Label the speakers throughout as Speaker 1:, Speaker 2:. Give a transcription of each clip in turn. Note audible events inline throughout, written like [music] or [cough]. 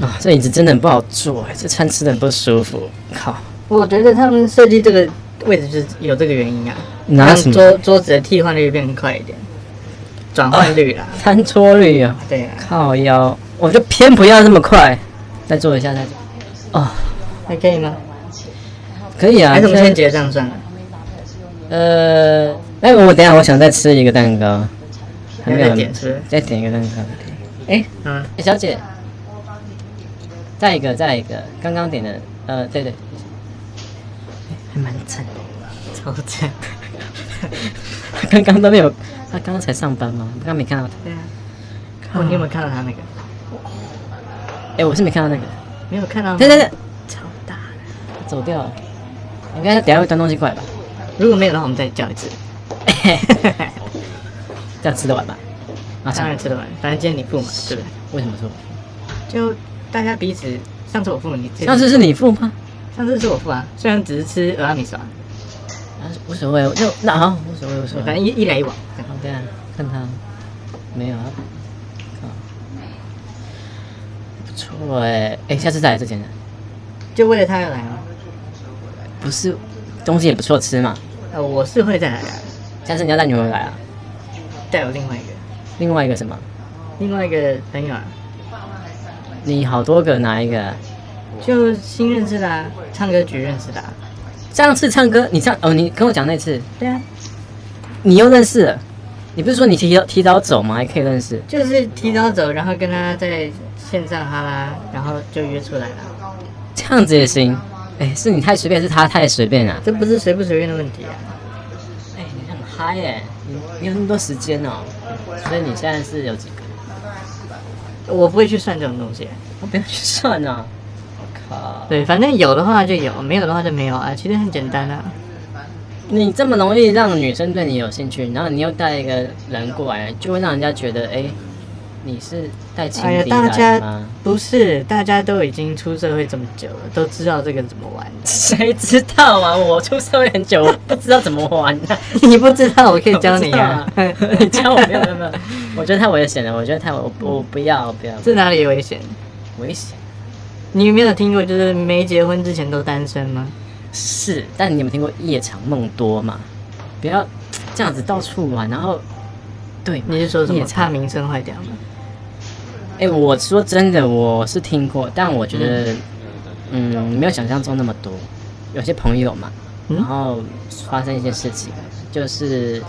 Speaker 1: 啊，这椅子真的很不好坐，欸这餐吃的很不舒服。靠，
Speaker 2: 我觉得他们设计这个位置就是有这个原因啊，
Speaker 1: 拿
Speaker 2: 让
Speaker 1: 什么
Speaker 2: 桌桌子的替换率变快一点，转换率啦，
Speaker 1: 餐桌率啊？
Speaker 2: 对啊，
Speaker 1: 靠腰，我就偏不要这么快。再坐一下，再坐。哦，
Speaker 2: 还可以吗？
Speaker 1: 可以啊。
Speaker 2: 还是我们
Speaker 1: 现在
Speaker 2: 先结账算了，
Speaker 1: 呃，哎，我等一下我想再吃一个蛋糕，还
Speaker 2: 还
Speaker 1: 没
Speaker 2: 在
Speaker 1: 有
Speaker 2: 点是不是？
Speaker 1: 再点一个蛋糕。
Speaker 2: 哎，嗯，
Speaker 1: 哎，小姐，再一个，再一个，刚刚点的，呃，对对，还蛮赞的。 [laughs]
Speaker 2: 超赞，
Speaker 1: 刚刚都没有，他刚刚才上班吗？刚刚没看到他。
Speaker 2: 对啊，哦，你有没有看到他那个？
Speaker 1: 哎，我是没看到那个。
Speaker 2: 没有看到吗，
Speaker 1: 对对对，
Speaker 2: 超大的，
Speaker 1: 走掉了。应该等一下会端东西过来吧？ [laughs]
Speaker 2: 如果没有的话，我们再叫一次，
Speaker 1: 啊这样吃得完吧？啊，
Speaker 2: 当
Speaker 1: 算
Speaker 2: 然
Speaker 1: 了，
Speaker 2: 吃得完，反正今天你付嘛，对不对？
Speaker 1: 为什么说？
Speaker 2: 就大家彼此，上次我付你，这
Speaker 1: 上次是你付吗？
Speaker 2: 上次是我付啊，虽然只是吃俄阿米刷，
Speaker 1: 啊，无所谓，那那好，无所谓，无所谓
Speaker 2: 反正。一一来一往，这样
Speaker 1: 好，对啊，看他没有啊，靠不错哎、欸，哎、下次再来这间呢？
Speaker 2: 就为了他要来嘛。
Speaker 1: 不是东西也不错吃嘛，
Speaker 2: 呃，我是会再来的，
Speaker 1: 下次你要带女朋友来啊？
Speaker 2: 带我另外一个，
Speaker 1: 另外一个什么？
Speaker 2: 另外一个朋友啊，
Speaker 1: 你好多个哪一个啊？
Speaker 2: 就新认识的、啊，唱歌局认识的、啊。
Speaker 1: 上次唱歌你唱哦，你跟我讲那次
Speaker 2: 对啊，
Speaker 1: 你又认识了，你不是说你提早提早走吗？还可以认识？
Speaker 2: 就是提早走，然后跟他在线上哈拉，然后就约出来了。
Speaker 1: 这样子也行？哎、是你太随便，是他太随便了、啊？
Speaker 2: 这不是随不随便的问题啊，
Speaker 1: 哎、你很嗨哎、你你有那么多时间哦，所以你现在是有几个？
Speaker 2: 我不会去算这种东西。啊
Speaker 1: 我哦不要去算啊！我靠，
Speaker 2: 对，反正有的话就有，没有的话就没有啊，其实很简单啊。
Speaker 1: 你这么容易让女生对你有兴趣，然后你又带一个人过来，就会让人家觉得，哎、你是带情
Speaker 2: 哎呀，
Speaker 1: 敌
Speaker 2: 大
Speaker 1: 来的
Speaker 2: 家
Speaker 1: 吗？
Speaker 2: 不是，大家都已经出社会这么久了，都知道这个怎么玩。
Speaker 1: 谁知道啊？我出社会很久，我不知道怎么玩啊。
Speaker 2: [laughs] 你不知道，我可以教你啊
Speaker 1: [laughs]
Speaker 2: [laughs]
Speaker 1: 我。不知道啊你教我没有没有没有，我觉得太危险了，我觉得太我我不要我不要
Speaker 2: 这哪里危险？
Speaker 1: 危险
Speaker 2: 你有没有听过，就是没结婚之前都单身吗？
Speaker 1: 是，但你有没有听过夜长梦多嘛？不要这样子到处玩，然后对嘛
Speaker 2: 你是说什么
Speaker 1: 夜
Speaker 2: 怕名声坏掉吗？
Speaker 1: 哎、我说真的，我是听过，但我觉得，嗯，没有想象中那么多。有些朋友嘛，
Speaker 2: 嗯
Speaker 1: 然后发生一些事情，就是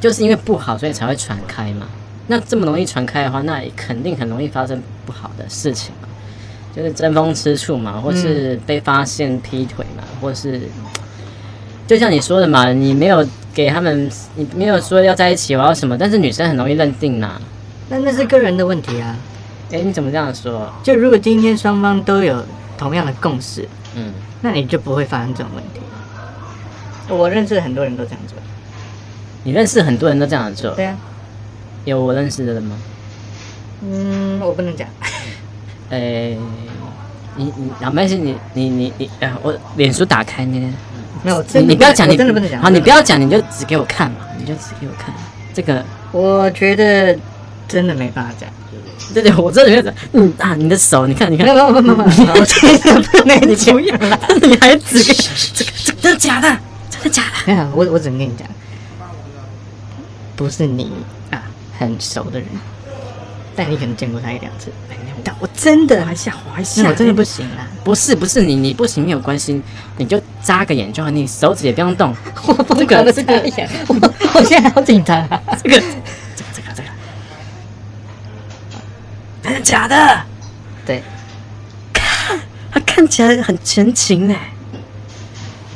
Speaker 1: 就是因为不好，所以才会传开嘛。那这么容易传开的话，那肯定很容易发生不好的事情嘛，就是争风吃醋嘛，或是被发现劈腿嘛，或是就像你说的嘛，你没有给他们，你没有说要在一起，我要什么，但是女生很容易认定嘛。
Speaker 2: 那那是个人的问题啊。
Speaker 1: 哎、你怎么这样说？
Speaker 2: 就如果今天双方都有同样的共识，
Speaker 1: 嗯。
Speaker 2: 那你就不会发生这种问题。我认识的很多人都这样做。
Speaker 1: 你认识很多人都这样做，
Speaker 2: 对啊，
Speaker 1: 有我认识的人吗？
Speaker 2: 嗯，我不能讲。
Speaker 1: 诶、你你啊，没事，你你你你，啊，我脸书打开你，
Speaker 2: 没有，我真
Speaker 1: 你
Speaker 2: 的
Speaker 1: 你不要讲，
Speaker 2: 我
Speaker 1: 你
Speaker 2: 真的不能讲。
Speaker 1: 好，你不
Speaker 2: 要。
Speaker 1: 要讲，你就只给我看嘛，你就只给我看这个，
Speaker 2: 我觉得真的没办法讲。
Speaker 1: 对对，我真的觉得，嗯啊，你的手，你看 [laughs] 你
Speaker 2: 没
Speaker 1: 看
Speaker 2: 有，没有没有没有没有，我真的不能
Speaker 1: 你
Speaker 2: 讲
Speaker 1: 不。要啦，你还指给这个这个真的假的？真的假的？
Speaker 2: 没有， [laughs] 我我只能跟你讲，不是你啊，很熟的人，但你可能见过他一两次。但我真的嗯
Speaker 1: 滑一，下，滑一下，
Speaker 2: 那我真的不行 [laughs] 啦，
Speaker 1: 不是不是你你不行没有关系，你就眨个眼就好，你手指也不用动。
Speaker 2: 我疯狂的这个，我我现在好紧张啊！
Speaker 1: 这个这个这个这个，真的假的？
Speaker 2: 对，
Speaker 1: 她看起来很纯情呢。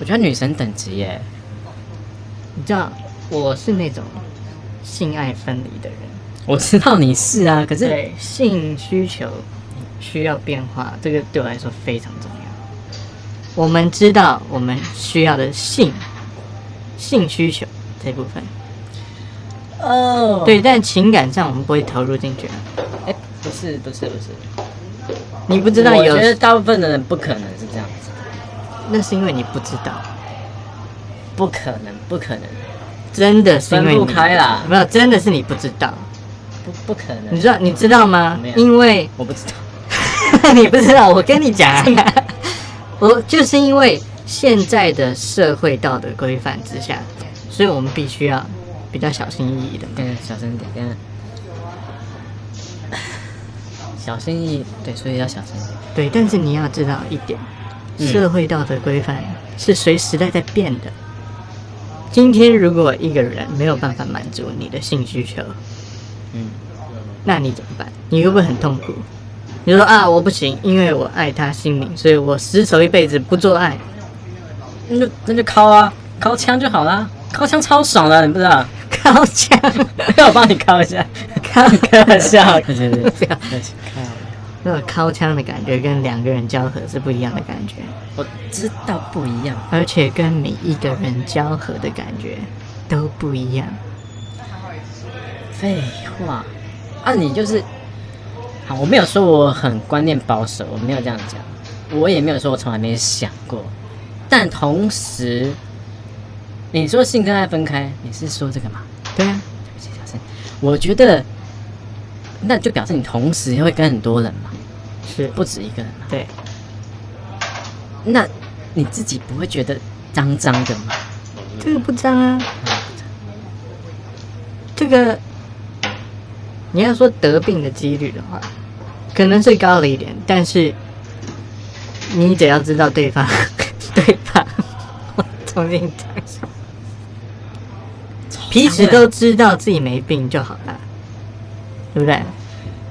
Speaker 1: 我觉得女神等级耶，
Speaker 2: 你知道我是那种性爱分离的人，
Speaker 1: 我知道你是啊，可是
Speaker 2: 对性需求需要变化，这个对我来说非常重要。我们知道我们需要的性性需求这部分。
Speaker 1: 哦，对，
Speaker 2: 对，但情感上我们不会投入进去啊。
Speaker 1: 哎，不是不是不是，
Speaker 2: 你不
Speaker 1: 不知
Speaker 2: 知
Speaker 1: 道
Speaker 2: 道
Speaker 1: 有，
Speaker 2: 有
Speaker 1: 我，觉得大部分的人不可能是这样子，
Speaker 2: 那是因为你不知道，
Speaker 1: 不可能不可能
Speaker 2: 真的是因为你
Speaker 1: 分不开啦
Speaker 2: 没有，真的是你不知道。
Speaker 1: 不不可能，
Speaker 2: 你知道你知道吗
Speaker 1: 没？有
Speaker 2: 因为 [laughs]
Speaker 1: 我不知道，
Speaker 2: 你不知道，我跟你讲啊， [laughs] 我就是因为现在的社会道德规范之下，所以我们必须要比较小心翼翼的。
Speaker 1: 跟小声点，跟小心翼翼，对，所以要小心一点。
Speaker 2: 对，但是你要知道一点，
Speaker 1: 嗯
Speaker 2: 社会道德规范是随时代在变的。今天如果一个人没有办法满足你的性需求，
Speaker 1: 嗯，
Speaker 2: 那你怎么办？你会不会很痛苦？你就说啊，我不行，因为我爱他心灵，所以我死守一辈子不做爱。 [laughs]
Speaker 1: 那就那就敲啊，敲枪就好啦，敲枪超爽的，你不知道？
Speaker 2: 靠 [laughs] 墙，
Speaker 1: 要我帮你敲一下，
Speaker 2: [laughs] 靠
Speaker 1: [laughs] 开玩笑，对对对，
Speaker 2: 不要那种靠枪的感觉跟两个人交合是不一样的感觉，
Speaker 1: 我知道不一样，
Speaker 2: 而且跟每一个人交合的感觉都不一样。
Speaker 1: 废话啊，你就是，好，我没有说我很观念保守，我没有这样讲，我也没有说我从来没想过，但同时，你说性跟爱分开，你是说这个吗？
Speaker 2: 对啊，
Speaker 1: 对不起，小声，我觉得，那就表示你同时会跟很多人嘛，
Speaker 2: 是，
Speaker 1: 不止一个人嘛，
Speaker 2: 对，
Speaker 1: 那你自己不会觉得脏脏的吗？
Speaker 2: 这个不脏啊，这个你要说得病的几率的话，可能是高了一点，但是你只要知道对方， [laughs] 对吧？我重新讲一下，彼此都知道自己没病就好了，对不对？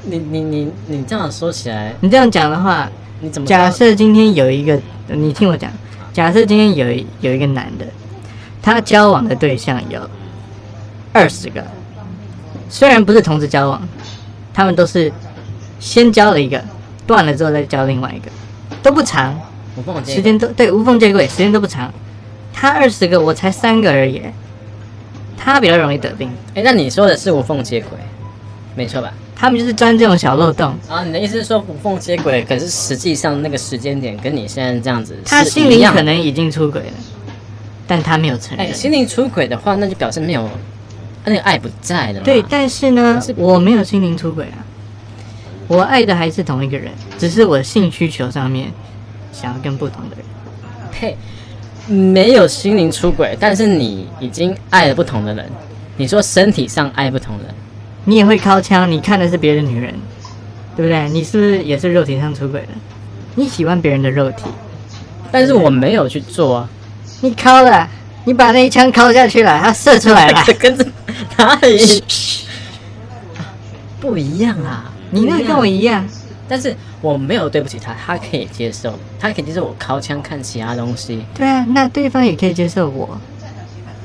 Speaker 1: 你你你你这样说起来，
Speaker 2: 你这样讲的话，
Speaker 1: 你怎么知道
Speaker 2: 假设今天有一个，你听我讲，假设今天有一有一个男的，他交往的对象有二十个，虽然不是同时交往，他们都是先交了一个，断了之后再交另外一个，都不长，
Speaker 1: 我帮我接一
Speaker 2: 时
Speaker 1: 个
Speaker 2: 间都对无缝接轨，时间都不长。他二十个，我才三个而已，他比较容易得病。
Speaker 1: 哎、那你说的是无缝接轨，没错吧？
Speaker 2: 他们就是钻这种小漏洞，
Speaker 1: 啊，你的意思是说无缝接轨，可是实际上那个时间点跟你现在这样子
Speaker 2: 他
Speaker 1: 是
Speaker 2: 心
Speaker 1: 一
Speaker 2: 灵
Speaker 1: 样
Speaker 2: 可
Speaker 1: 的。
Speaker 2: 能已经出轨了，但他没有承
Speaker 1: 哎、
Speaker 2: 认。
Speaker 1: 心灵出轨的话，那就表示没有，那个爱不在了嘛。
Speaker 2: 对，但是呢
Speaker 1: 是，
Speaker 2: 我没有心灵出轨啊，我爱的还是同一个人，只是我性需求上面想要跟不同的人。
Speaker 1: 呸，没有心灵出轨，但是你已经爱了不同的人。你说身体上爱不同人，
Speaker 2: 你也会靠枪，你看的是别的女人，对不对？你是不是也是肉体上出轨了？你喜欢别人的肉体，
Speaker 1: 但是我没有去做啊。
Speaker 2: 你靠了，你把那一枪靠下去了，它射出来了
Speaker 1: [laughs]。
Speaker 2: [laughs]
Speaker 1: 这跟这哪里不一样啊？
Speaker 2: 你那个跟我一样，
Speaker 1: 但是我没有对不起他，他可以接受，他可以接受我靠枪看其他东西。
Speaker 2: 对啊，那对方也可以接受我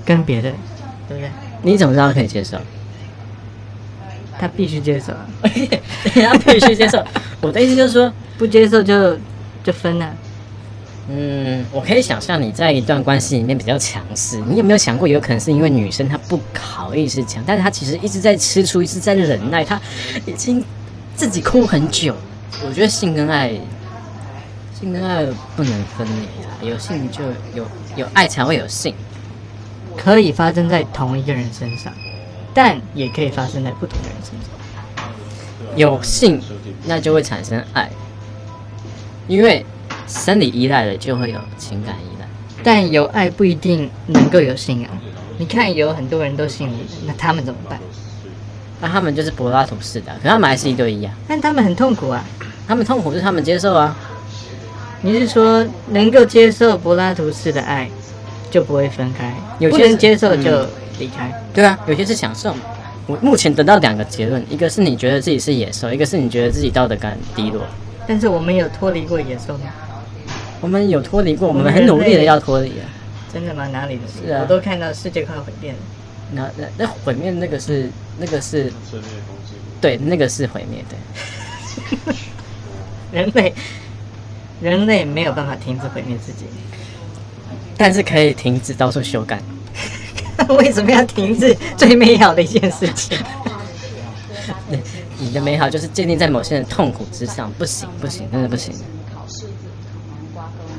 Speaker 2: 跟别的，对不对？
Speaker 1: 你怎么知道他可以接
Speaker 2: [laughs]
Speaker 1: 受？ [laughs]
Speaker 2: 他必须接受啊，
Speaker 1: 他必须接受。我的意思就是说，
Speaker 2: 不接受就就分了、啊。
Speaker 1: 嗯，我可以想象你在一段关系里面比较强势，你有没有想过，有可能是因为女生她不好意思讲，但是她其实一直在吃醋，一直在忍耐，她已经自己哭很久了。我觉得性跟爱，性跟爱不能分离啦，有性就有有爱才会有性。
Speaker 2: 可以发生在同一个人身上，但也可以发生在不同的人身上。
Speaker 1: 有性，那就会产生爱，因为生理依赖了就会有情感依赖。
Speaker 2: 但有爱不一定能够有性啊。你看，有很多人都信你，那他们怎么办？
Speaker 1: 那他们就是柏拉图式的，可他们还是一对一啊，
Speaker 2: 但他们很痛苦啊。
Speaker 1: 他们痛苦是他们接受啊。
Speaker 2: 你是说能够接受柏拉图式的爱，就不会分开；
Speaker 1: 有
Speaker 2: 有
Speaker 1: 些
Speaker 2: 些人
Speaker 1: 是
Speaker 2: 接受
Speaker 1: 嗯
Speaker 2: 就离开。
Speaker 1: 对啊，有些是享受嘛。我目前得到两个结论，一个是你觉得自己是野兽，一个是你觉得自己道德感很低落。
Speaker 2: 但是我们有脱离过野兽吗？
Speaker 1: 我们有脱离过，我们很努力的要脱离啊。
Speaker 2: 真的吗？哪里的？
Speaker 1: 是啊
Speaker 2: 我都看到世界快毁灭了。
Speaker 1: 那那那毁灭那个是那个是对，那个是毁灭对。
Speaker 2: 人类，人类没有办法停止毁灭自己。
Speaker 1: 但是可以停止到处修改。
Speaker 2: [laughs] 为什么要停止最美好的一件事情？ [laughs]
Speaker 1: 对你的美好就是建立在某些人痛苦之上，不行不行，真的不行。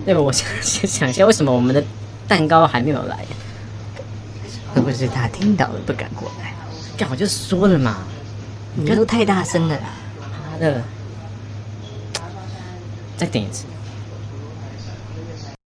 Speaker 1: 对吧？我想 [laughs] 先想一下，为什么我们的蛋糕还没有来？
Speaker 2: 会不会是他听到了不敢过来？
Speaker 1: 干，我就说了嘛，
Speaker 2: 你都太大声了啦！
Speaker 1: 妈的！再点一次，